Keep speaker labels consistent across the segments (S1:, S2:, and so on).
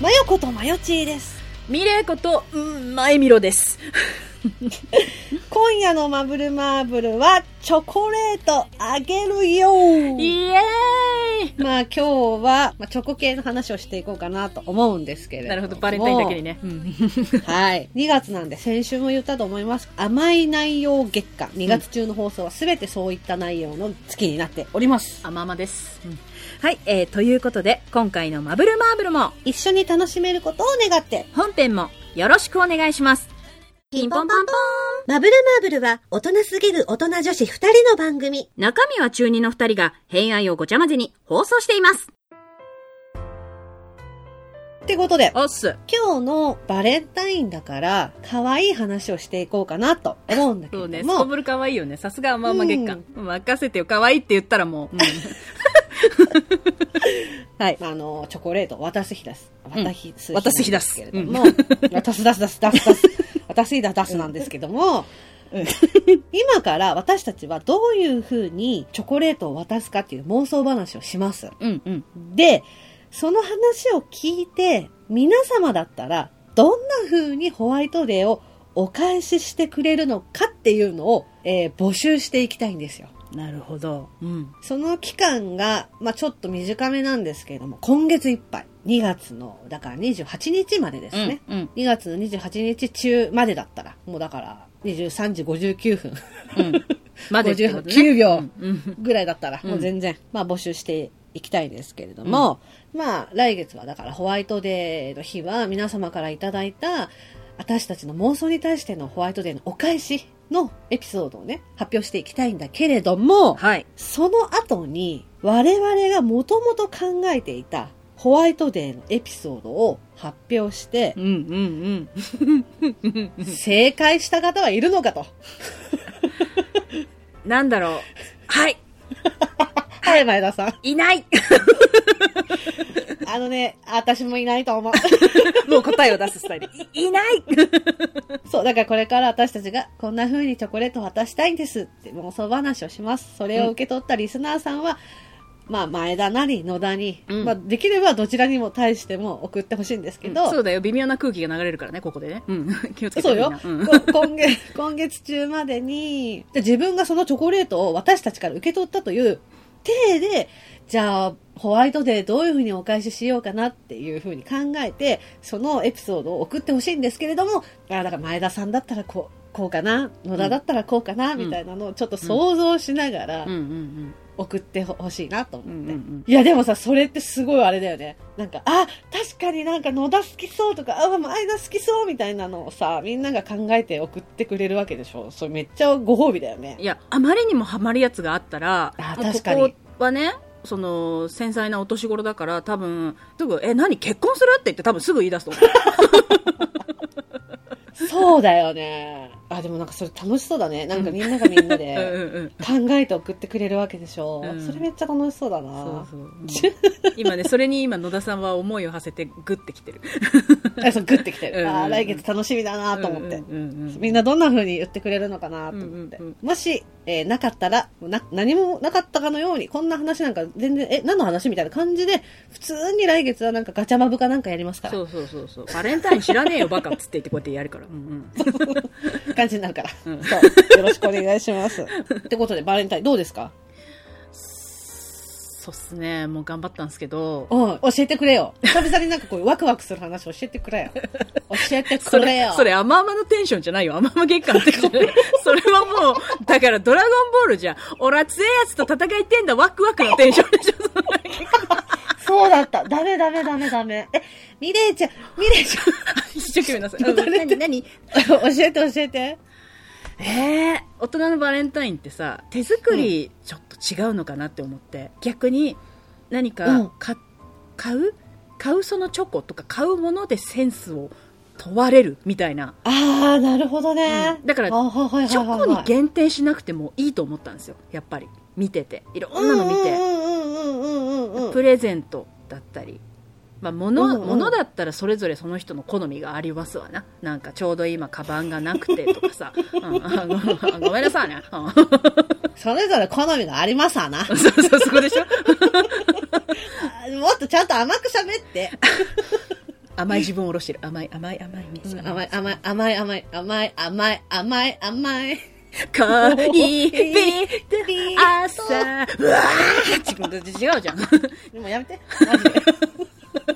S1: マヨコとマヨチーです。
S2: ミレイコと、うん、マイミロです。
S1: 今夜のマブルマーブルは、チョコレートあげるよ
S2: イエー
S1: まあ今日は、まあ、チョコ系の話をしていこうかなと思うんですけれど
S2: イ
S1: も
S2: なるほど、バレンタインだけに。ね。うん。
S1: はい。2月なんで先週も言ったと思います。甘い内容月間。2月中の放送は全てそういった内容の月になっております。
S2: あままです。うんはい、えー、ということで、今回のマブルマーブルも、
S1: 一緒に楽しめることを願って、
S2: 本編も、よろしくお願いします。ピンポンパンポン
S3: マブルマーブルは大人すぎる大人女子二人の番組。
S2: 中身は中二の二人が、偏愛をごちゃ混ぜに放送しています。
S1: ってことで、
S2: おっす。
S1: 今日のバレンタインだから、可愛い話をしていこうかなと思うんだけ
S2: そう
S1: れ
S2: ね、
S1: ど
S2: すこ
S1: も、
S2: ぶる可愛いよね。さすがあまま月間。任せてよ、可愛いって言ったらもう。はい。
S1: あの、チョコレートを渡す日出す。
S2: ん
S1: 渡す日出す。
S2: 渡す日出す
S1: けれども、 渡す出す出す出す出す。渡す日出す出すなんですけども、 今から私たちはどういう風にチョコレートを渡すかっていう妄想話をします。
S2: うんうん。
S1: で、その話を聞いて、皆様だったら、どんな風にホワイトデーをお返ししてくれるのかっていうのを、えー募集していきたいんですよ。
S2: なるほど。うん。
S1: その期間が、まあちょっと短めなんですけれども、今月いっぱい、2月の、だから28日までですね。
S2: うんうん
S1: 2月の28日中までだったら、もうだから、23時59分。
S2: うん。までってことね。
S1: 59秒
S2: うん。
S1: ぐらいだったら、
S2: うん
S1: もう全然、まあ募集していきたいんですけれども、まあ来月はだからホワイトデーの日は皆様からいただいた私たちの妄想に対してのホワイトデーのお返しのエピソードをね、発表していきたいんだけれども、
S2: はい。
S1: その後に我々がもともと考えていたホワイトデーのエピソードを発表して
S2: う、んう ん
S1: 正解した方はいるのかと。
S2: うん。なんだろう。はい。
S1: はい、前田さん。
S2: いない。
S1: あのね、私もいないと思う。
S2: もう答えを出す スタイル。いいない。
S1: そう、だからこれから私たちがこんな風にチョコレートを渡したいんですって妄想話をします。それを受け取ったリスナーさんは、まあ前田なり野田に、
S2: うん
S1: まあできればどちらにも対しても送ってほしいんですけど、
S2: そうだよ。微妙な空気が流れるからね、ここでね。うん。 気をつけて
S1: そうよ、
S2: みんな
S1: こ 今月、今月中までに、で自分がそのチョコレートを私たちから受け取ったという体で、じゃあ、ホワイトデーどういうふうにお返ししようかなっていうふうに考えて、そのエピソードを送ってほしいんですけれども、あだから前田さんだったらこう、こうかな、野田だったらこうかな、
S2: ん
S1: みたいなのをちょっと想像しながら
S2: うん。うんうん
S1: 送ってほしいなと思って。
S2: うんうんうん
S1: いやでもさ、それってすごいあれだよね。なんか、あ、確かになんか野田好きそうとか、あ、前田好きそうみたいなのをさ、みんなが考えて送ってくれるわけでしょ。それめっちゃご褒美だよね
S2: うん。い。や、あまりにもハマるやつがあったら、
S1: あ
S2: もう
S1: 確かに
S2: ここはね、その、繊細なお年頃だから、多分、すぐ、え、何結婚するって言って多分すぐ言い出すと思う。
S1: そうだよね。あ、でもなんかそれ楽しそうだね。なんかみんながみんな
S2: うんう
S1: で
S2: んうん。
S1: 考えて送ってくれるわけでしょ。
S2: うん
S1: それめっちゃ楽しそうだな。
S2: そうそう。 今ね、それに今野田さんは思いを馳せてグッてきてる。
S1: あそうグッてきて
S2: うん
S1: る。
S2: うんうん
S1: あー来月楽しみだなと思って。
S2: うんうんうん
S1: みんなどんな風に言ってくれるのかなと思って。
S2: うんうん
S1: もし、えーなかったら、な、何もなかったかのように、こんな話なんか全然、え、何の話みたいな感じで、普通に来月はなんかガチャマブかなんかやりますから。
S2: そうそうそうそう。バレンタイン知らねえよ、バカっつって言ってこうやってやるから。うん
S1: 感じになるから。
S2: うん
S1: そう。よろしくお願いします。ってことで、バレンタインどうですか
S2: そうっすね。もう頑張ったんですけど。
S1: うん。教えてくれよ。久々になんかこう、ワクワクする話教えてくれよ。教えて
S2: そ
S1: くれ
S2: れ
S1: よ。、
S2: それ、甘々のテンションじゃないよ。甘々月間のテンションじゃ ない。それはもう、だから、ドラゴンボールじゃん。俺は強いやつと戦いてんだ、ワクワクのテンションでしょ。その
S1: そうだった。ダメダメダメダメ。え、ミレイちゃん、ミレイちゃん。
S2: 一生懸命なさい。 何、何
S1: 教えて教えて。
S2: えー、大人のバレンタインってさ手作りちょっと違うのかなって思って、逆に何
S1: うん
S2: かか、買う買うそのチョコとか買うものでセンスを問われるみたいな
S1: ああ、なるほどね。
S2: うんだから
S1: あはいはいはい
S2: チョコ
S1: はいは
S2: に
S1: い
S2: 限定しなくてもいいと思ったんですよやっぱり見てていろんなの見
S1: う
S2: て、
S1: んうんうんうんうんうんうん
S2: プレゼントだったり、まあ、物
S1: うんうん
S2: 物だったらそれぞれその人の好みがありますわななんかちょうど今カバンがなくてと かさ、うんあごめんごめんなさいね、うん
S1: それぞれ好みがありますわな。あ
S2: そうそう、そこでしょ
S1: もっとちゃんと甘く喋って。
S2: 甘い自分を下ろしてる。甘い、甘い、甘いね。
S1: うん甘い、甘い、甘い、甘い、甘い、甘い、甘い、甘い。
S2: かい い、
S1: ビー
S2: 朝、 うわーって違うじゃん。
S1: でもやめて。マジで。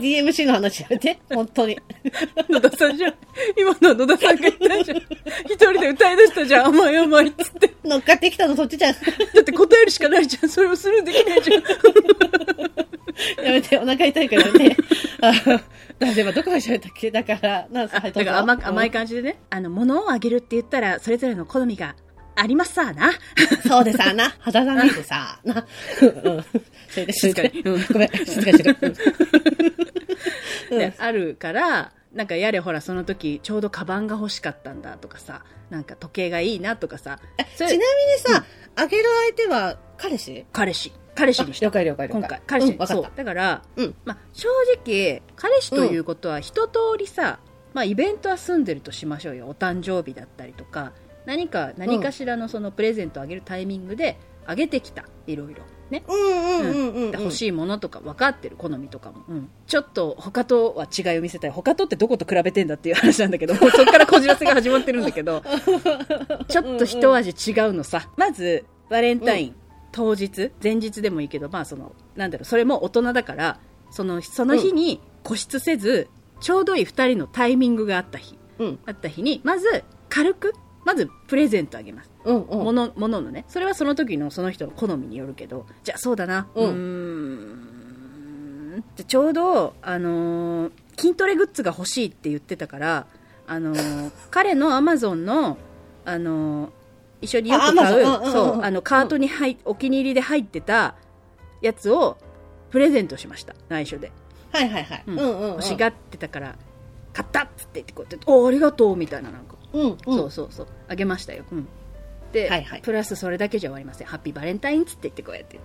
S1: DMC の話やめて。本当に。
S2: 野田さんじゃん。今の野田さんが言ったじゃん。一人で歌い出したじゃん。甘い甘いっつって。
S1: 乗っかってきたのそっちじゃん。
S2: だって答えるしかないじゃん。それをスルーできないじゃん。
S1: やめて、お腹痛いからやめて。あだでもどこが喋ったっけだから、なんす
S2: あ
S1: はいど
S2: だ
S1: うぞ
S2: から甘甘い感じでね。あの、物をあげるって言ったら、それぞれの好みがありますさな。
S1: そうでさ、な、肌寒いでさ、な。うんそれで、それで
S2: 静かにうん
S1: ごめん、静かにしてる。うん
S2: であるから、なんかやれほら、その時、ちょうどカバンが欲しかったんだとかさ、なんか時計がいいなとかさ。
S1: ち
S2: そ
S1: な
S2: れ
S1: みにさ、あげる相手は彼氏
S2: 彼氏。彼氏
S1: あ
S2: にした
S1: 了。解了解了解。
S2: 今回、彼氏、
S1: うん、わか
S2: そ
S1: っ
S2: う
S1: た。。
S2: だから、
S1: うん
S2: まあ、正直、彼氏ということは一通りさ、まあ、イベントは済んでるとしましょうよ。お誕生日だったりとか、何か、何かしらのそのプレゼントをあげるタイミングで、あげてきた。いろいろ。ね。
S1: うんうんうんうんうん。
S2: で欲しいものとか分かってる好みとかも、うんちょっと他とは違いを見せたい他とってどこと比べてんだっていう話なん だけどそっからこじらせが始まってるんだけどちょっと一味違うのさまずバレンタイン、当日前日でもいいけどまあそのなんだろうそれも大人だからそのその日に固執せず、ちょうどいい2人のタイミングがあった日
S1: うん
S2: あった日にまず軽くまずプレゼントあげます
S1: うんうん。
S2: ものもののねそれはその時のその人の好みによるけどじゃあそうだな
S1: うん
S2: ーんじゃあちょうど、あのー筋トレグッズが欲しいって言ってたから、あ のー彼のアマゾンの、あのー一緒によく買う
S1: あ Amazon うんうんうん
S2: そうあのカートに入っお気に入りで入ってたやつをプレゼントしました内緒で、
S1: はいはいはい。うんうんうん。
S2: 欲しがってたから買ったっつって言ってこうやって「おありがとう」みたいななんか
S1: うんうん。
S2: そうそうそうあげましたよ、うん、で、
S1: はいはい
S2: プラスそれだけじゃ終わりませんハッピーバレンタインっつって言ってこうやって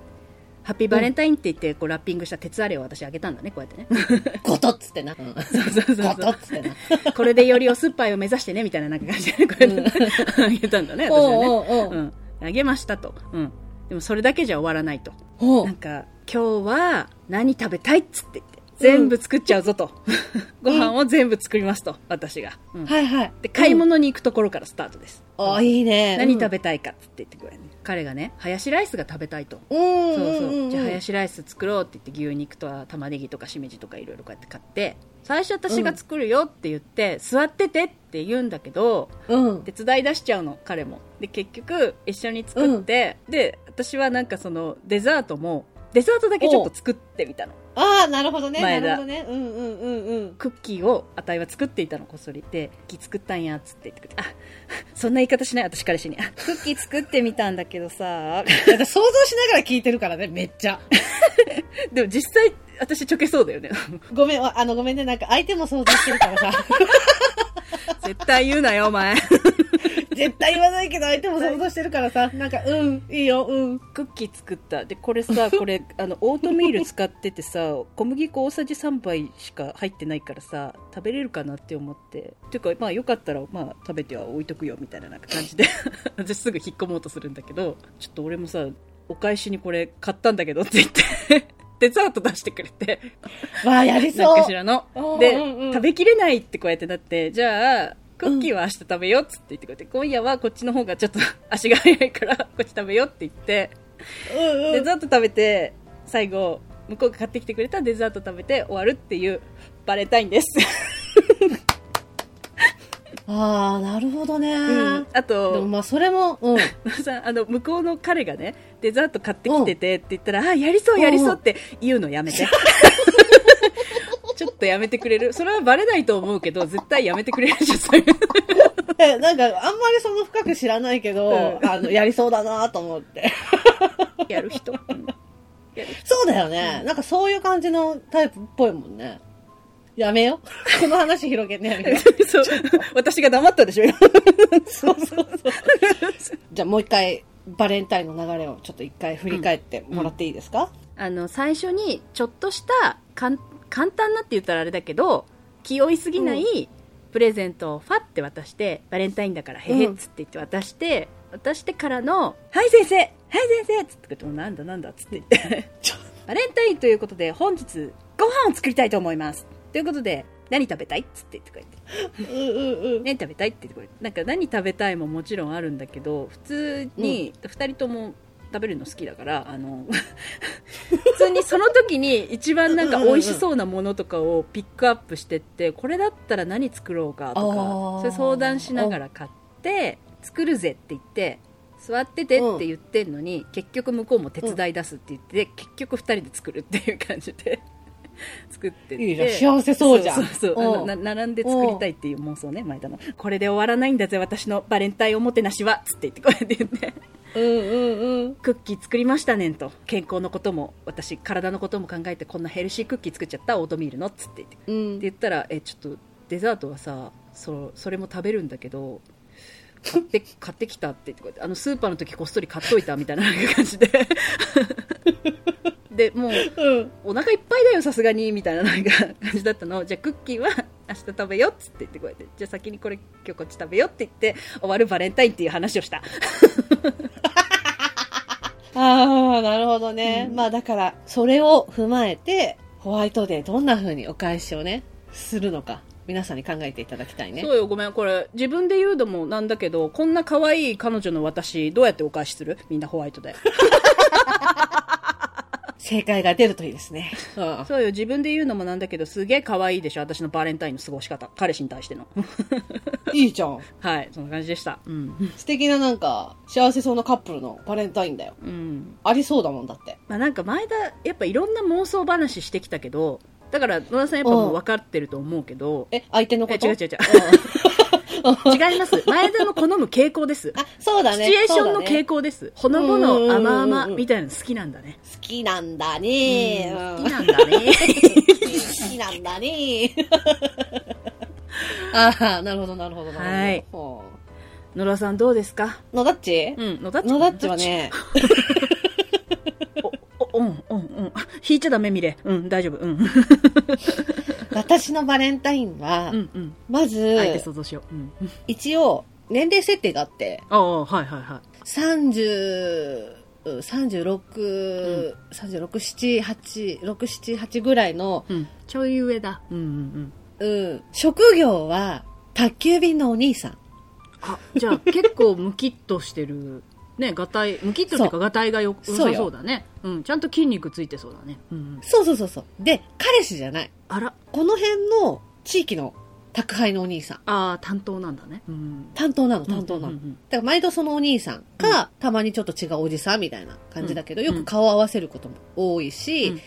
S2: ハッピーバレンタインって言ってこうラッピングした鉄アレを私あげたんだねこうやってね
S1: ゴトッつってな。うん
S2: そうそう
S1: ゴトッつって な。
S2: これでよりお酸っぱいを目指してねみたいななんか感じでこうや って、あげたんだね私はね
S1: おうおうおう
S2: うん、あげましたと、うん、でもそれだけじゃ終わらないと
S1: ほ
S2: なんか今日は何食べたいっつって言って全部作っちゃうぞと、 ご飯を全部作りますと私が、うん
S1: う。はいはい。
S2: で買い物に行くところからスタートです、
S1: ああ、いいね。
S2: 何食べたいかって言ってくれ、ね彼がねハヤシライスが食べたいと、
S1: うん
S2: そう
S1: うんうん。
S2: そううんじゃあハヤシライス作ろうって言って牛肉とか玉ねぎとかしめじとかいろいろこうやって買って最初私が作るよって言って、座っててって言うんだけど
S1: うん。
S2: 手伝い出しちゃうの彼もで結局一緒に作って、で私はなんかそのデザートもデザートだけちょっと作ってみたの
S1: ああ、なるほどね。な
S2: 前田
S1: るほどね。うんうんうんうん。
S2: クッキーをあたいは作っていたのこっそりでクッキー作ったんやっつって言ってくれてあそんな言い方しない私彼氏にあクッキー作ってみたんだけど
S1: だっ
S2: さ
S1: て想像しながら聞いてるからね、めっちゃ。
S2: でも実際、私ちょけそうだよね。
S1: ごめん、ああの、ごめんね。なんか相手も想像してるからさ。
S2: 絶対言うなよ、お前。
S1: 絶対言わないけど相手も想像してるからさ。なんか、うん、いいよ、うん。
S2: クッキー作った。で、これ さ、これ、あの、オートミール使っててさ、小麦粉大さじ3杯しか入ってないからさ、食べれるかなって思って。ていうか、まあ、よかったら、まあ、食べては置いとくよ、みたいななんか感じで。 私すぐ引っ込もうとするんだけど、ちょっと俺もさ、お返しにこれ買ったんだけどって言って、 デザート出してくれて。
S1: わあ、やり
S2: なん
S1: そう
S2: かし。らの
S1: うん。
S2: で、
S1: うんうん
S2: 食べきれないってこうやってなって、じゃあ、クッキーは明日食べようっつって言ってくれて、今夜はこっちの方がちょっと足が早いから、こ っち食べようって言って、
S1: うんう
S2: デ
S1: ん。
S2: ザート食べて、最後、向こうが買ってきてくれたデザート食べて終わるっていう、バレンタインです。
S1: ああ、なるほどね。
S2: うんあ
S1: でも
S2: と、
S1: まあ、それも、うん。
S2: さあの、向こうの彼がね、デザート買ってきててって言ったら、あ、やりそうやりそうって言うのやめて。ちょっとやめてくれるそれはバレないと思うけど、絶対やめてくれるじゃん、そういう
S1: え、なんか、あんまりその深く知らないけど、
S2: うん
S1: あの、やりそうだなと思って。
S2: やる人。
S1: そうだよね。なんかそういう感じのタイプっぽいもんね。やめよ。 この話広げんねやめよ。
S2: そう。私が黙ったでしょ、今。
S1: そうそうそう。じゃあもう一回、バレンタインの流れをちょっと一回振り返ってもらっていいですか、
S2: あの、最初に、ちょっとした、かん、簡単なって言ったらあれだけど、気負いすぎない、プレゼントをファって渡して、バレンタインだから、へへっつって言って渡して、渡してからの、はい先生はい先生っつって言って、もうなんだなんだっつって言って
S1: ちょ。
S2: バレンタインということで、本日、ご飯を作りたいと思います。ということで、何食べたいっつってとか言って。
S1: うんうんうん。
S2: 何食べたいってこれなんか何食べたいももちろんあるんだけど普通に2人とも食べるの好きだからあの普通にその時に一番なんか美味しそうなものとかをピックアップしてってこれだったら何作ろうかとか
S1: あー
S2: それ相談しながら買って作るぜって言って座っててって言ってんのに、結局向こうも手伝い出すって言って、結局2人で作るっていう感じで作ってって
S1: いいじゃん。幸せそうじゃん。
S2: そうそうそうあのな並んで作りたいっていう妄想ね前田のこれで終わらないんだぜ私のバレンタインおもてなしはつって言ってこうやって言って
S1: うんうんうん。
S2: クッキー作りましたねんと健康のことも私体のことも考えてこんなヘルシークッキー作っちゃったオートミールのっつって言って
S1: う
S2: で
S1: ん。
S2: 言ったらえちょっとデザートはさそそれも食べるんだけど買って買ってきたって言ってこうやってあのスーパーの時こっそり買っといたみたいななんか感じ ででもう
S1: うん。
S2: お腹いっぱいだよさすがにみたいななんか感じだったのじゃあクッキーは明日食べよっつって言ってこうやってじゃあ先にこれ今日こっち食べよって言って終わるバレンタインっていう話をした
S1: ああ、なるほどね。まあだから、それを踏まえて、ホワイトデーどんな風にお返しをね、するのか、皆さんに考えていただきたいね。
S2: そうよごめんこれ自分で言うのもなんだけどこんな可愛い彼女の私どうやってお返しするみんなホワイトで
S1: 正解が出るといいですね。うん。
S2: そうよ自分で言うのもなんだけどすげえ可愛いでしょ私のバレンタインの過ごし方彼氏に対しての
S1: いいじゃん。
S2: はいそんな感じでしたうん
S1: 素敵ななんか、幸せそうなカップルのバレンタインだよ。
S2: うん
S1: ありそうだもんだって。
S2: まあ、なんか前田やっぱいろんな妄想話してきたけどだから野田さんやっぱもう分かってると思うけど
S1: え、相手の
S2: え
S1: こと
S2: 違う違う違う違 います前田の好む傾向です
S1: あ、そうだ
S2: シチ
S1: ね。
S2: ュエーションの
S1: そうだね
S2: 傾向です、ほのぼの甘々みたいなの好きなんだね、
S1: 好きなんだ
S2: う
S1: ね。
S2: ん
S1: う
S2: 好
S1: ん
S2: きなんだね
S1: 好きなんだね。 ああ、なるほど、なるほど、なるほど。
S2: はい
S1: ほ
S2: 野田さんどうですか
S1: う。のだっち
S2: うん野田っち
S1: のだっちはね、
S2: おおうんうんうん あ引いちゃダメミレうん大丈夫うん
S1: 私のバレンタインは
S2: う、んうん
S1: ま
S2: あえて
S1: ず、
S2: 想像しよう、うん、
S1: 一応、年齢設定があって、
S2: ああはいはいはい
S1: 30、36、36、7、8、6、7、8ぐらいの、
S2: うん、ちょい上だうんうんうん
S1: うん、職業は、宅急便のお兄さん。
S2: あじ ゃあ結構ムキッとしてるねがたいムキッとっていう
S1: そ
S2: か
S1: う
S2: がたいがよよ
S1: そう
S2: さ
S1: よ
S2: そうだねうんちゃんと筋肉ついてそうだねうんうん
S1: そうそうそうそう。で、彼氏じゃない。
S2: あら
S1: この辺の地域の宅配のお兄さん。
S2: ああ担当なんだねうん
S1: 担当なの、担当なの。
S2: うんうんうん
S1: だから毎度そのお兄さんか、たまにちょっと違うおじさんみたいな感じだけど、
S2: うん
S1: よく顔合わせることも多いし、
S2: うん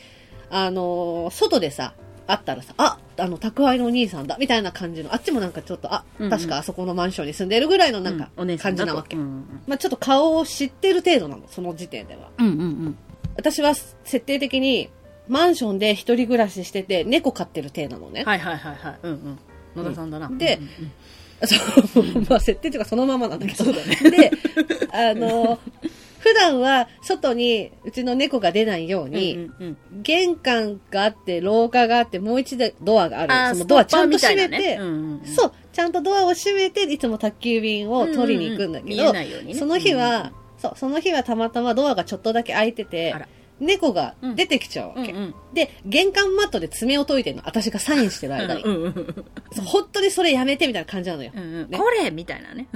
S1: あのー外でさ、会ったらさ、あ、あの、宅配のお兄さんだ、みたいな感じの、あっちもなんかちょっと、あ、
S2: うんうん
S1: 確かあそこのマンションに住んでるぐらいのなんか
S2: うお姉、さ
S1: 感
S2: んだ
S1: じな
S2: と
S1: わけ。
S2: うんうん
S1: まあちょっと顔を知ってる程度なの、その時点では。
S2: うんうん
S1: 私は設定的に、マンションで一人暮らししてて、猫飼ってる体なのね
S2: うん。はいはいはいはいうんうん野田さんだな
S1: で
S2: うんうん
S1: そう、まあ設定というかそのままなんだけど。で、あの、普段は外にうちの猫が出ないよう
S2: うん
S1: に、
S2: うんうん
S1: 玄関があって、廊下があって、もう一度ドアがある。
S2: あー
S1: その
S2: ス
S1: ド
S2: ト
S1: ア
S2: ッ
S1: ち
S2: パ
S1: ゃ
S2: ー
S1: んと
S2: みた
S1: 閉
S2: いな
S1: め
S2: ね
S1: て、
S2: うんうん
S1: そう、ちゃんとドアを閉めて、いつも宅急便を取りに行くんだけど、
S2: うんうんうん見えないようにね
S1: その日は、
S2: うんうん
S1: そう、その日はたまたまドアがちょっとだけ開いてて
S2: あら、
S1: 猫が出てきちゃうわ
S2: うん
S1: け、
S2: うん
S1: で、玄関マットで爪を研いでるの。私がサインしてる間に。
S2: うんうんうん
S1: そう本当にそれやめてみたいな感じなのよ。
S2: うんうん
S1: ね
S2: これみたいなね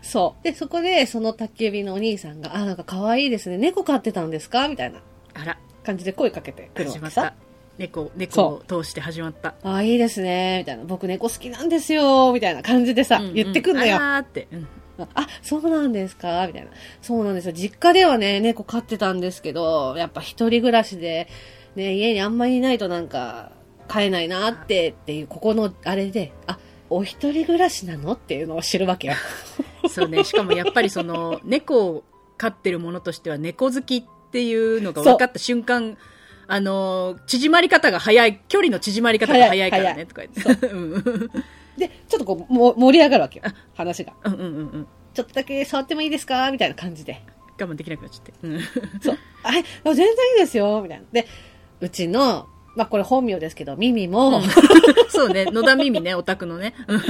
S1: そう。で、そこで、その宅急便のお兄さんが、あ、なんか可愛いですね。猫飼ってたんですかみたいな
S2: あら
S1: 感じで声かけてくるわ
S2: 始
S1: け
S2: まっ
S1: さ
S2: た。猫猫を通して始まった
S1: あ、いいですね。みたいな。僕猫好きなんですよ。みたいな感じでさ、
S2: うんうん
S1: 言ってくんのよ。
S2: あーってうん
S1: あ、そうなんですかみたいな。そうなんですよ。実家ではね、猫飼ってたんですけど、やっぱ一人暮らしで、ね、家にあんまりいないとなんか、飼えないなって、っていう、ここの、あれで、あ、お一人暮らしなのっていうのを知るわけよ。
S2: そうね、しかもやっぱりその、猫を飼ってるものとしては猫好きっていうのが
S1: そう
S2: 分かった瞬間、あの、縮まり方が早い、距離の縮まり方が早いからね、とか言って。 うんうん
S1: で、ちょっとこう、も盛り上がるわけよ。話が。
S2: うんうんうん。
S1: ちょっとだけ触ってもいいですかみたいな感じ で。
S2: 我慢できなくなっちゃって。うん
S1: そう。あはい、全然いいですよ、みたいな。で、うちの、まあこれ本名ですけど、ミミも、
S2: そうね、野田ミミね、オタクのね。うん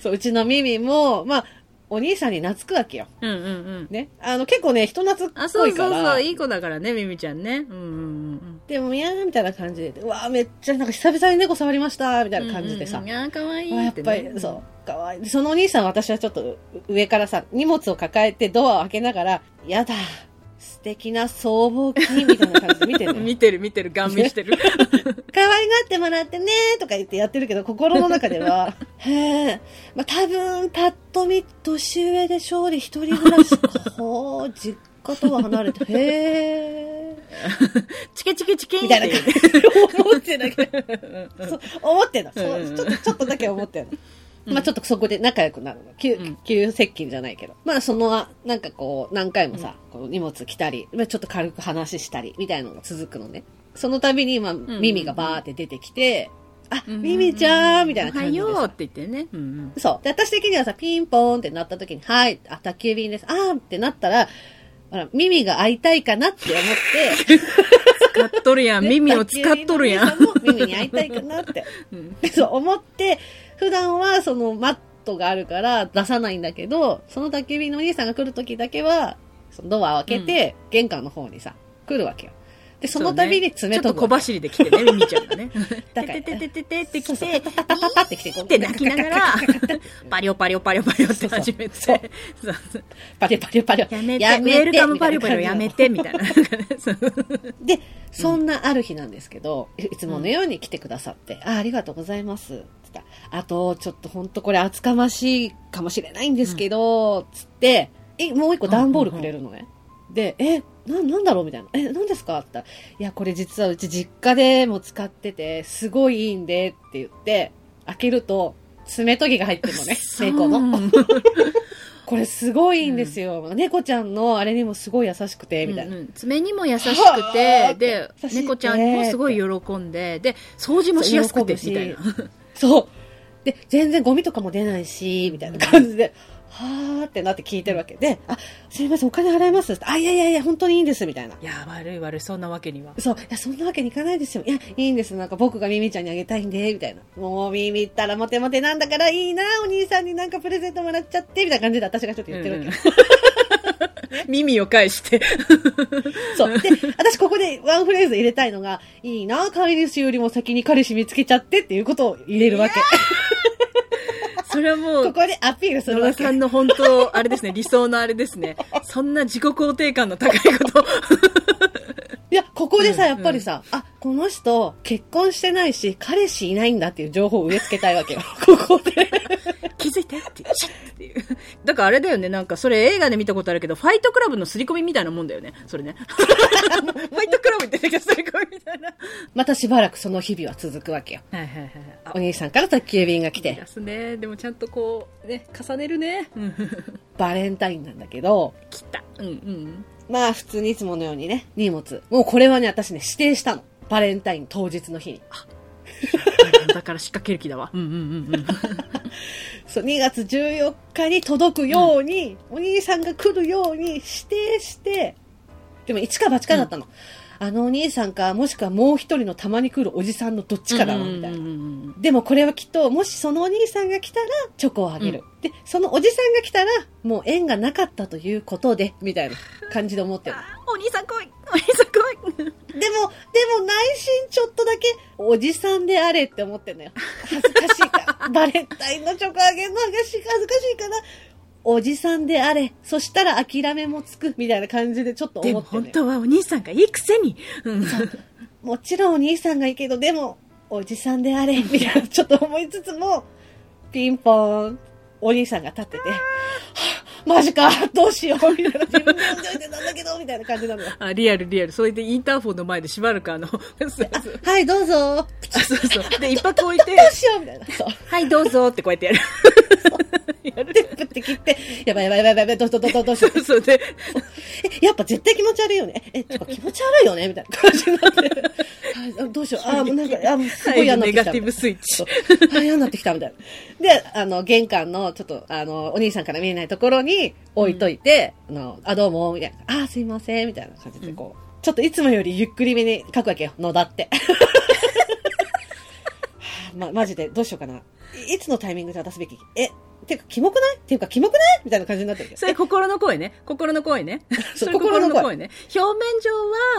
S1: そう、うちのミミも、まあ、お兄さんに懐くわけよ。
S2: うんうんうん。
S1: ね。あの、結構ね、人懐っ
S2: あ、
S1: こ
S2: そう
S1: いか
S2: そう
S1: ら。
S2: そう、いい子だからね、ミミちゃんね。うんうんうんうん。
S1: でも、いやーみたいな感じで、うわーめっちゃ、なんか久々に猫触りましたみたいな感じでさ、
S2: うんうんうんあー、かわい
S1: わ
S2: い
S1: や
S2: っ、
S1: ってぱ
S2: ね。
S1: り、そう、かわいい。そのお兄さん、私はちょっと上からさ、荷物を抱えてドアを開けながら、やだ、素敵な僧帽筋みたいな感じで見てるのよ。
S2: 見てる見てる、ガン見し てる。
S1: 可愛がってもらってねーとか言ってやってるけど、心の中では、へえ、まあ多分、パッと見、年上で勝利一人暮らしか。ほう、実家とは離れて、へえ。
S2: チケチケチケン
S1: み
S2: った
S1: いな
S2: て
S1: 感じ で思ってんだけど、そう思ってんの、そう
S2: うんうん
S1: ちょっとちょっとだけ思ってんの。まあちょっとそこで仲良くなるの。急
S2: うん、
S1: 急接近じゃないけど。まあその、なんかこう、何回もさ、こう荷物来たり、まあちょっと軽く話したり、みたいなのが続くのね。その度に、まあ、
S2: ん
S1: ミミがバーって出てきて、あ、
S2: うん
S1: ミミちゃんみたいな感じで
S2: おはようっ
S1: さ。
S2: て言ってね。うんうん
S1: そう。で、私的にはさ、ピンポーンってなった時に、はい、あ、宅急便です。あーってなったら、ほら、ミミが会いたいかなって思って、
S2: 使っとるやん。耳を使っとるやん。
S1: も耳に会いたいかなって。
S2: うん
S1: そう思って、普段はそのマットがあるから出さないんだけど、その宅急便のお兄さんが来る時だけは、そのドアを開けて、玄関の方にさ、来るわけよ。で、その度に爪
S2: ちょ
S1: と
S2: っと小
S1: こば
S2: 走りで来てね、ミちゃんがね。
S1: だから
S2: てててててって来
S1: そう
S2: て、
S1: パパパパって来て、こう
S2: って泣きながら、パリオパリオパリオパリオって始めて、
S1: そう
S2: そうそう
S1: パリパリパリ。
S2: やめて、ウェルカムパリオパリオやめて、み
S1: みたいな感じ
S2: たいな。なんかねそう
S1: で、そんなある日なんですけど、いいつものように来てくださって、あありがとうございます。つったあと、ちょっと本当これ厚かましいかもしれないんですけど、つって、え、もう一個段ボールくれるのね。で、え、な、なんだろうみたいな。え、なんですかって言ったら、いや、これ実はうち実家でも使ってて、すごいいいんで、って言って、開けると、爪研ぎが入ってるのね、猫の。これすごいいいんですよ。猫ちゃんのあれにもすごい優しくて、みたいな。
S2: うんうん爪にも優しく
S1: はあ
S2: て、で
S1: 優し、いね
S2: 猫ちゃんもすごい喜んで、で、掃除もしやすくて、
S1: そう
S2: みたいな。
S1: そう。で、全然ゴミとかも出ないし、みたいな感じで、はーってなって聞いてるわけで、あ、すいません、お金払いますあ、いやいやいや、本当にいいんです、みたいな。
S2: いや、悪い悪い、そんなわけには。
S1: そう、いや、そんなわけにいかないですよ。いや、いいんです。なんか僕がミミちゃんにあげたいんで、みたいな。もうミミったらモテモテなんだからいいな、お兄さんになんかプレゼントもらっちゃって、みたいな感じで私がちょっと言ってるわけ。
S2: 耳を返して。
S1: そう。で、私ここでワンフレーズ入れたいのが、いいな、飼い主よりも先に彼氏見つけちゃってっていうことを入れるわけ。
S2: それはも
S1: こ
S2: う、
S1: こでアピールす
S2: 野
S1: るわ
S2: 田
S1: け。
S2: さんの本当、あれ ですね、理想のあれですね。そんな自己肯定感の高いこと。
S1: いや、ここでさ、
S2: うん
S1: やっぱりさ、あ、この人、結婚してないし、彼氏いないんだっていう情報を植え付けたいわ けよ。ここで。
S2: 気づいてって、シャッっていう。だからあれだよね、なんかそれ映画で見たことあるけど、ファイトクラブの刷り込みみたいなもんだよね、それね。 ファイトクラブに出てきた刷り込みみたいな。
S1: またしばらくその日々は続くわけよ。
S2: はいはいはいはい。あ
S1: お兄さんから宅急便が来
S2: いい
S1: て
S2: で、すね。でもちゃんとこう、ね、重ねるね。
S1: バレンタインなんだけど、
S2: 来た。うん うん。
S1: まあ普通にいつものようにね、荷物。もうこれはね、私ね、指定したの。バレンタイン当日の日に。
S2: だから仕掛ける気だわ。うんうんうんうん。
S1: そう、2月14日に届くように、お兄さんが来るように指定して、でも一か八かだったの。あのお兄さんか、もしくはもう一人のたまに来るおじさんのどっちかだな、みたいな
S2: うんう。んうんうん
S1: でもこれはきっと、もしそのお兄さんが来たら、チョコをあげる。で、そのおじさんが来たら、もう縁がなかったということで、みたいな感じで思ってる。
S2: あお兄さん来いお兄さん来い
S1: でも、でも内心ちょっとだけ、おじさんであれって思ってんのよ。恥ずかしいから。バレンタインのチョコあげるのが恥ずかしいから、おじさんであれ。そしたら諦めもつく、みたいな感じでちょっと
S2: で
S1: 思
S2: も
S1: ってん
S2: 本
S1: のよ。
S2: 当はお兄さんがいいくせに。うん。
S1: もちろんお兄さんがいいけど、でも、おじさんで あれ、みたいな、ちょっと思いつつも、ピンポーン、お兄さんが立って て、はぁマジか、どうしよう、みたいな、自分で読んじゃいてなんだけど、みたいな感じなのよ。
S2: あ、リアルリアル。それでインターフォンの前でしばらく あの、そうそう。
S1: はい、どうぞ、
S2: あそう そう。で、一泊置いて
S1: ど、うしよう、みたいな。そう。
S2: はい、どうぞってこうやってやる。
S1: で、プって切って、やばいやばいやばいやばい、どうしよう、どうしよう、ど うしよう。
S2: そうで、
S1: え、やっぱ絶対気持ち悪いよね。え、ちょっと気持ち悪いよね、みたいな感じになって。 あどうしよう、あ、もうなんか、あ、もうすごい嫌になって
S2: ネ
S1: きた。
S2: ガティブスイッチ。
S1: あ、嫌になってきたみたいな。で、あの、玄関の、ちょっと、あの、お兄さんから見えないところに置いといて、あの、あ、どうも、みたいな。あ、すいません、みたいな感じで、こう、ちょっといつもよりゆっくりめに書くわけよ、野田って。 ま、マジで、どうしようかな。いいつのタイミングで渡すべきえ、てか、キモくないっていうか、キモくないみたいな感じになってるけど
S2: それ心の声ね。心の声 ね。
S1: そう
S2: れ
S1: 心の声
S2: ね。表面上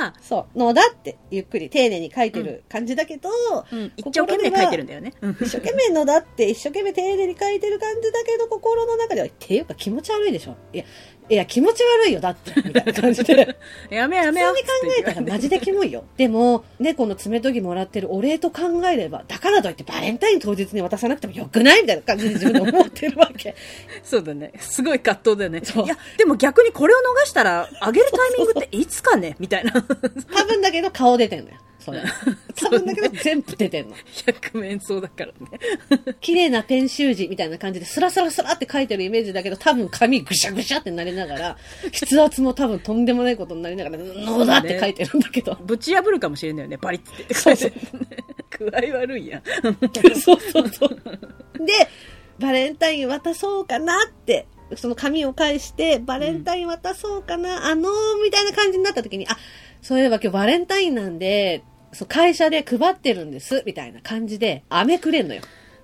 S2: は、
S1: そう、のだって、ゆっくり丁寧に書いてる感じだけど、
S2: うん、一生懸命書いてるんだよね。うん
S1: 一生懸命のだって、一生懸命丁寧に書いてる感じだけど、心の中では、っていうか気持ち悪いでしょ。いや、いや、気持ち悪いよ、だって、みたいな感じで。
S2: やめようや
S1: 普通
S2: め
S1: に
S2: よう。
S1: 考えたらマジでキモいよ。でも、猫の爪研ぎもらってるお礼と考えれば、だからといってバレンタイン当日に渡さなくてもよくないみたいな感じで自分で思ってるわけ。
S2: そうだね。すごい葛藤だよね。
S1: そう
S2: いや、でも逆にこれを逃したら、上げるタイミングっていつかねみたいな。
S1: 多分だけど顔出てんのよ。それ。多分だけど全部出てんの。
S2: 百面相だからね。
S1: 綺麗なペン習字みたいな感じでスラスラスラって書いてるイメージだけど多分紙ぐしゃぐしゃってなりながら筆圧も多分とんでもないことになりながら「ノーだ」って書いてるんだけど、
S2: ぶち破るかもしれないよね。バリッて。
S1: そうそう
S2: 具合悪 いやん。
S1: そうそうそうでバレンタイン渡そうかなってその紙を返してバレンタイン渡そうかな、あのー、みたいな感じになった時にあそういえば今日バレンタインなんでそう会社で配ってるんですみたいな感じで飴くれんのよ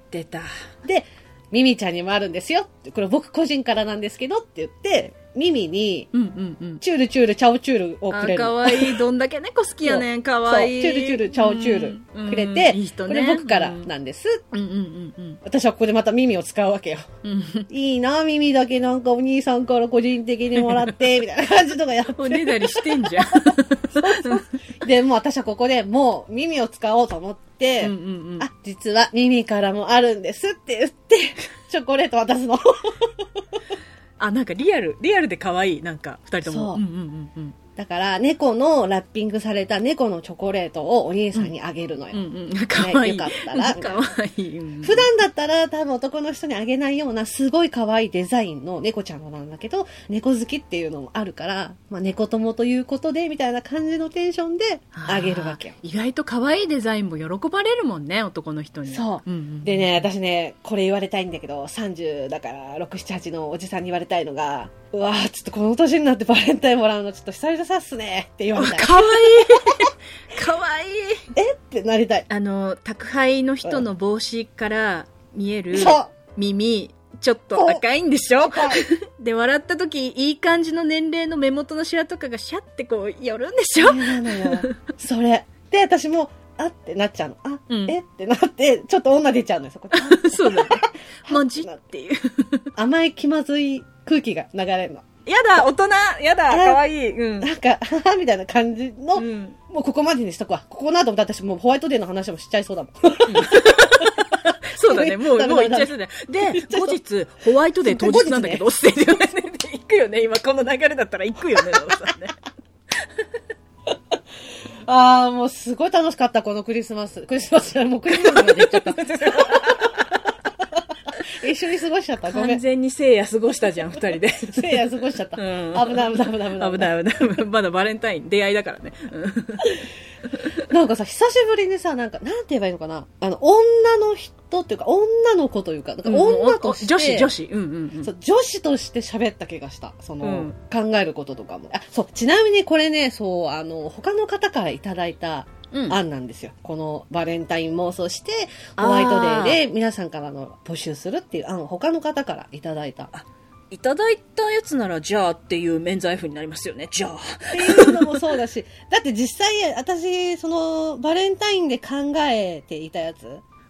S2: 出た。
S1: で、ミミちゃんにもあるんですよって。これ僕個人からなんですけどって言って、ミミに、
S2: うんうんうん。
S1: チュールチュールチャオチュールを
S2: あ
S1: くれる
S2: か
S1: の。
S2: わいい。どんだ け猫好きやねん。かわいい。
S1: そうチュールチュールチャオチュールくれて、
S2: うんいい人
S1: こ
S2: ね。
S1: れ僕から
S2: うん
S1: なんです。
S2: うんうんうん
S1: 私はここでまた耳を使うわけよ。
S2: うんうん。
S1: いいな、耳だけなんかお兄さんから個人的にもらって、みたいな感じとかやっ
S2: お
S1: て。
S2: ねだりしてん じゃん。
S1: で、もう私はここでもう耳を使おうと思って、
S2: うんうんうん
S1: あ、実は耳からもあるんですって言って、チョコレート渡すの。
S2: あ、なんかリアル、リアルで可愛い。なんか、二人と
S1: そ
S2: も。
S1: うん
S2: うんうん
S1: だから、猫のラッピングされた猫のチョコレートをお兄さんにあげるのよ。
S2: うん。うんうん。かわい
S1: ねよ
S2: い。
S1: かったら
S2: かわいい。うん
S1: 普段だったら多分男の人にあげないようなすごい可愛いデザインの猫ちゃんのなんだけど、猫好きっていうのもあるから、まあ、猫友ということで、みたいな感じのテンションであげるわけよ
S2: あ。ー意外と可愛いデザインも喜ばれるもんね男の人に
S1: そう
S2: うんうん
S1: でね、私ね、これ言われたいんだけど、30だから6、7、8のおじさんに言われたいのが、うわーちょっとこの年になってバレンタインもらうのちょっと久々さっすねって言わ
S2: あ
S1: れたい。
S2: 可愛い 可愛い
S1: えってなりたい。
S2: あの宅配の人の帽子から見える
S1: そう
S2: 耳ちょっと赤いんでしょ
S1: 赤い
S2: で笑った時いい感じの年齢の目元のシワとかがシャってこう寄るんでし ょ
S1: それなのよ。それ。で、私も、あってなっちゃうの。あ、
S2: うん
S1: えってなって、ちょっと女出ちゃうの よ、そこで。
S2: そうだねマジっ ていう
S1: 甘い気まずい空気が流れるの。
S2: やだ大人やだ
S1: あ
S2: 可愛いうん
S1: なんか、ははみたいな感じの、
S2: うん
S1: もうここまでにしとくわ。ここの後もだって私もうホワイトデーの話もしちゃいそう だもん。
S2: そうだね、もう、
S1: ダメ
S2: もう
S1: ダメ
S2: 行っちゃいそうだね。で、後日、ホワイトデー当日なんだけど、ステージで行くよね、今、この流れだったら行く よね、どうしたらね
S1: ああ、もうすごい楽しかった、このクリスマス。クリスマスじゃないもうクリスマスまで行っちゃ った。一緒に過ごしちゃった。ごめ
S2: 完
S1: ん。
S2: 全に聖夜過ごしたじゃん、二人で。
S1: せいや過ごしちゃった。
S2: うん
S1: 危ない危ない危ない危ない。
S2: 危ない危ない。 まだバレンタイン、出会いだからね。うん
S1: なんかさ、久しぶりにさ、なんか、なんて言えばいいのかな。あの、女の人っていうか、女の子というか、なんか女として、
S2: 女子、女子。うんうんうん
S1: そう、女子として喋った気がした。その、
S2: うん
S1: 考えることとかも。あ、そう、ちなみにこれね、そう、あの、他の方からいただいた
S2: うん。
S1: 案なんですよ。このバレンタイン妄想して、ホワイトデーで皆さんからの募集するっていう案を他の方からいただいた。
S2: いただいたやつなら、じゃあっていう免罪符になりますよね、じゃあ。
S1: っていうのもそうだし、 だって実際、私、その、バレンタインで考えていたやつ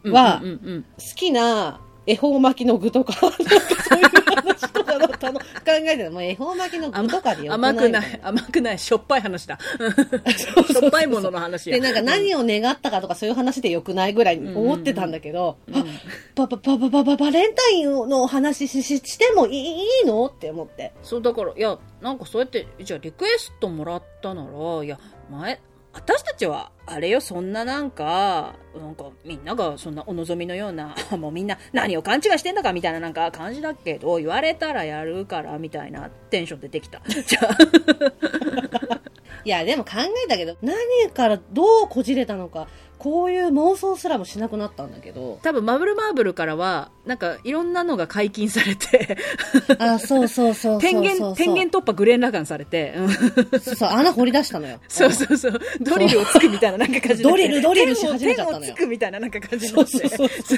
S1: は、
S2: うんうんうん
S1: 好きな恵方巻きの具とか、なんかそういう話とかだったの。考えてたもう恵方巻きの具とかでよくな
S2: 甘
S1: い
S2: くない、甘くない、しょっぱい話だ。
S1: そうそう
S2: しょっぱいものの話や
S1: で、なんか何を願ったかとかそういう話でよくないぐらいに思ってたんだけど、あ、ば、ば、ば、ば、ば、ば、バレンタインのお話しししてもいいいいのって思って。
S2: そうだからいやなんかそうやってじゃあリクエストもらったならいや前私たちはあれよそんななんかなんかみんながそんなお望みのような もうみんな何を勘違いしてんだかみたいななんか感じだけど言われたらやるからみたいなテンション出てき たじゃあ
S1: いや、でも考えたけど、何からどうこじれたのか、こういう妄想すらもしなくなったんだけど、
S2: 多分マブルマーブルからはなんかいろんなのが解禁されて
S1: あ、そうそうそうそうそう。
S2: 天元天元突破グレン・ラガンされて、うん
S1: そうそう、穴掘り出したのよ。
S2: そうそうそうドリルをつくみたいななんか感じに
S1: ド
S2: なって
S1: リルドリルし始めちゃったのよ
S2: 天を天をつくみたいななんか感じになって
S1: そうそうそう
S2: そうそ
S1: そ
S2: う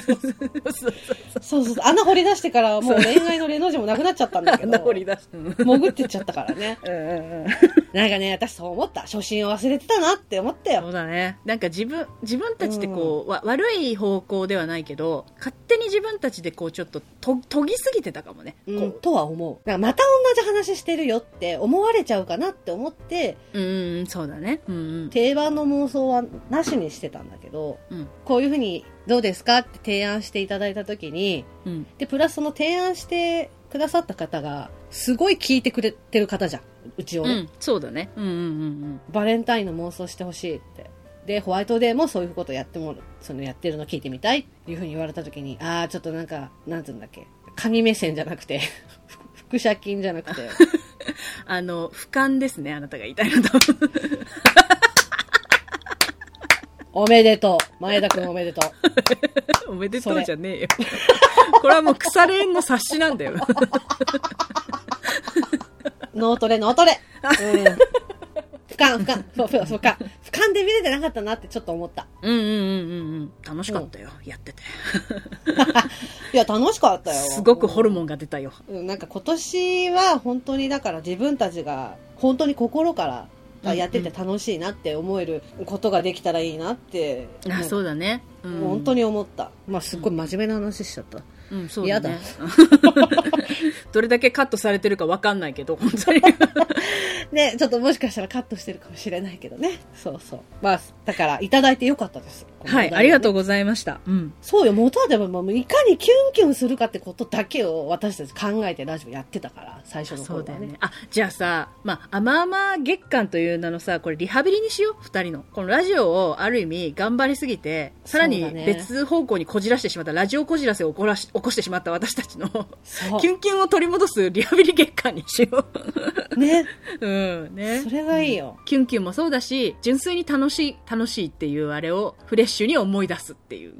S1: うそうそう、穴掘り出してからもう恋愛の霊能字もなくなっちゃったんだ けど。
S2: 穴掘り出したうん
S1: 潜ってっちゃったから ね。
S2: うんうんうん
S1: なんかね、私そう思った。初心を忘れてたなって思った
S2: そ
S1: よ。
S2: うだね。なんか自分、自分たちってこう、わ悪い方向ではないけど、勝手に自分たちでこうちょっとと、研ぎすぎてたかもね。
S1: うん、
S2: こと
S1: は思う。なんかまた同じ話してるよって思われちゃうかなって思って、
S2: ううんうん、そうだね。うんうん。
S1: 定番の妄想はなしにしてたんだけど、
S2: うん
S1: こういうふうにどうですかって提案していただいた時に、
S2: うん。
S1: で、プラスその提案してくださった方が、すごい聞いてくれてる方じゃん。うちを
S2: う
S1: ね。
S2: ん、そうだね。うんうんうん
S1: バレンタインの妄想してほしいって。で、ホワイトデーもそういうことやっても、そのやってるの聞いてみたいっていうふうに言われた時に、あー、ちょっとなんか、なんつうんだっけ。神目線じゃなくて、 副写金じゃなくて、
S2: うん。あの、俯瞰ですね、あなたが言いたいのと。
S1: おめでとう。前田くんおめでとう。
S2: おめでと
S1: そうれ
S2: じゃねえよ。これはもう腐れ縁の冊子なんだよ。
S1: 脳トレ、脳トレ。うん。俯瞰、俯瞰、そうそう、俯瞰。俯瞰で見れてなかったなってちょっと思った。
S2: うんうんうんうんうん。楽しかったよ、やってて。
S1: いや、楽しかったよ。
S2: すごくホルモンが出たよ。
S1: うん、なんか今年は本当にだから自分たちが本当に心からあやってて楽しいなって思えることができたらいいなって、
S2: あ、そうだね。うん、
S1: 本当に思った、まあすっごい真面目な話しちゃった、
S2: うん、そうだね
S1: やだ。
S2: どれだけカットされてるかわかんな いけど、本当に。
S1: ねちょっともしかしたらカットしてるかもしれないけどねそうそうまあだからいただいてよかったです
S2: はい、ありがとう
S1: う
S2: ございました。うん。
S1: そうよ元はでももういかにキュンキュンするかってことだけを私たち考えてラジオやってたから最初の
S2: そう
S1: 頃
S2: だ
S1: は
S2: よね
S1: ね。
S2: あ、じゃあさ、まあ、あまあまあ月間という名のさ、これリハビリにしよう、二人の。このラジオをある意味頑張りすぎて、さらに
S1: そうだね
S2: 別方向にこじらしてしまった、ラジオこじらせを起こらし、起こしてしまった私たちの、
S1: そう
S2: キュンキュンを取り戻すリハビリ月間にしよ
S1: ね
S2: う。うん、ね。
S1: それがいいよ、
S2: キュンキュンもそうだし、純粋に楽しい、楽しいっていうあれをフレッシュに思い出すっていう。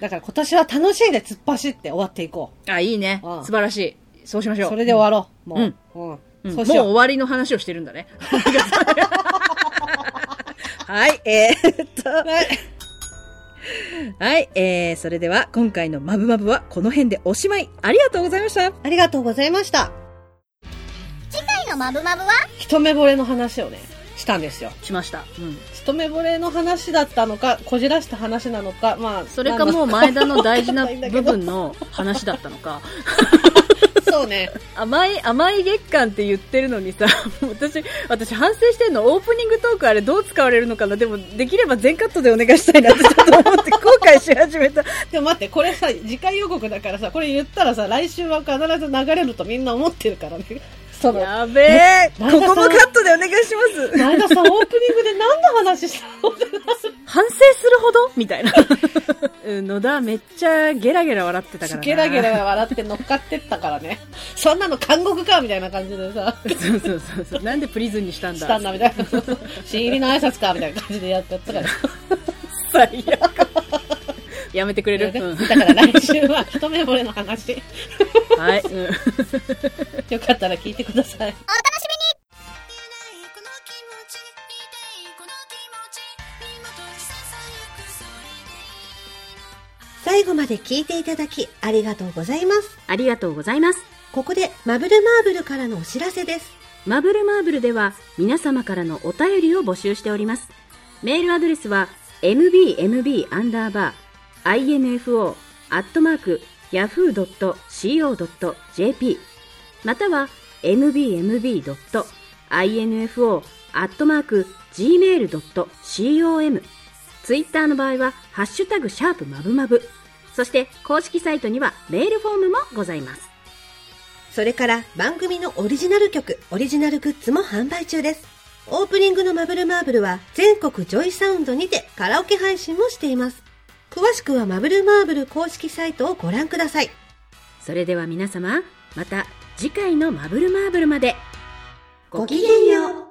S1: だから今年は楽しいで突っ走って終わっていこう
S2: あ、いいね。
S1: うん
S2: 素晴らしい。そうしましょう。
S1: それで終わろう。もう。
S2: うん、うん
S1: そう
S2: もう
S1: しよう。
S2: 終わりの話をしてるんだ ね。はい、えーっと。はい、えー、それでは今回のマブマブはこの辺でおしまい。ありがとうございました。
S1: ありがとうございました。
S4: 回のマブマブは
S1: 一目惚れの話をね、したんですよ。
S2: しました。うん。
S1: 一目惚れの話だったのか、こじらした話なのか、まあ、
S2: それかもう前田の大事な部分
S1: の。
S2: の話だったのか。
S1: そうね。
S2: 甘い、甘い月間って言ってるのにさ、 もう私、私反省してんの、オープニングトークあれどう使われるのかな、でもできれば全カットでお願いしたいなってちょっと 思って後悔し始めた。
S1: でも待って、これさ、次回予告だからさ、これ言ったらさ、来週は必ず流れるとみんな思ってるからね。その、
S2: やべえ、こ
S1: 前田さ
S2: こ
S1: ん
S2: もカットでお願いします。
S1: 前田さん、オープニングで何の話したの
S2: 反省するほどみた いな。うん野田めっちゃゲラゲラ笑ってたからな。
S1: ゲラゲラ笑って乗っかってったからね。そんなの監獄かみたいな感じでさ、
S2: そうそうそうそう。なんでプリズンにしたん
S1: し
S2: だ
S1: たんだみたいな。新入りの挨拶かみたいな感じでやってた から。
S2: 最 悪。やめてくれる、う
S1: だ
S2: ん
S1: から来週は一目惚れの話よ
S2: はい。 うん
S1: かったら聞いてください
S4: この気持ち見ていいこの気持ち今閉じささゆくそれで
S3: 最後まで聞いていただきありがとうございます。
S5: ありがとうございます。
S3: ここでマブルマーブルからのお知らせです。
S5: マブルマーブルでは皆様からのお便りを募集しております。メールアドレスは mbmb-info-yahoo.co.jp または mbmb.info.gmail.com ツイッターの場合はハッシュタグシャープマブマブそして公式サイトにはメールフォームもございます。
S3: それから番組のオリジナル曲、オリジナルグッズも販売中です。オープニングのマブルマーブルは全国ジョイサウンドにてカラオケ配信もしています。詳しくはマブルマーブル公式サイトをご覧ください。
S5: それでは皆様また次回の「マブルマーブル」まで
S3: ごきげんよう。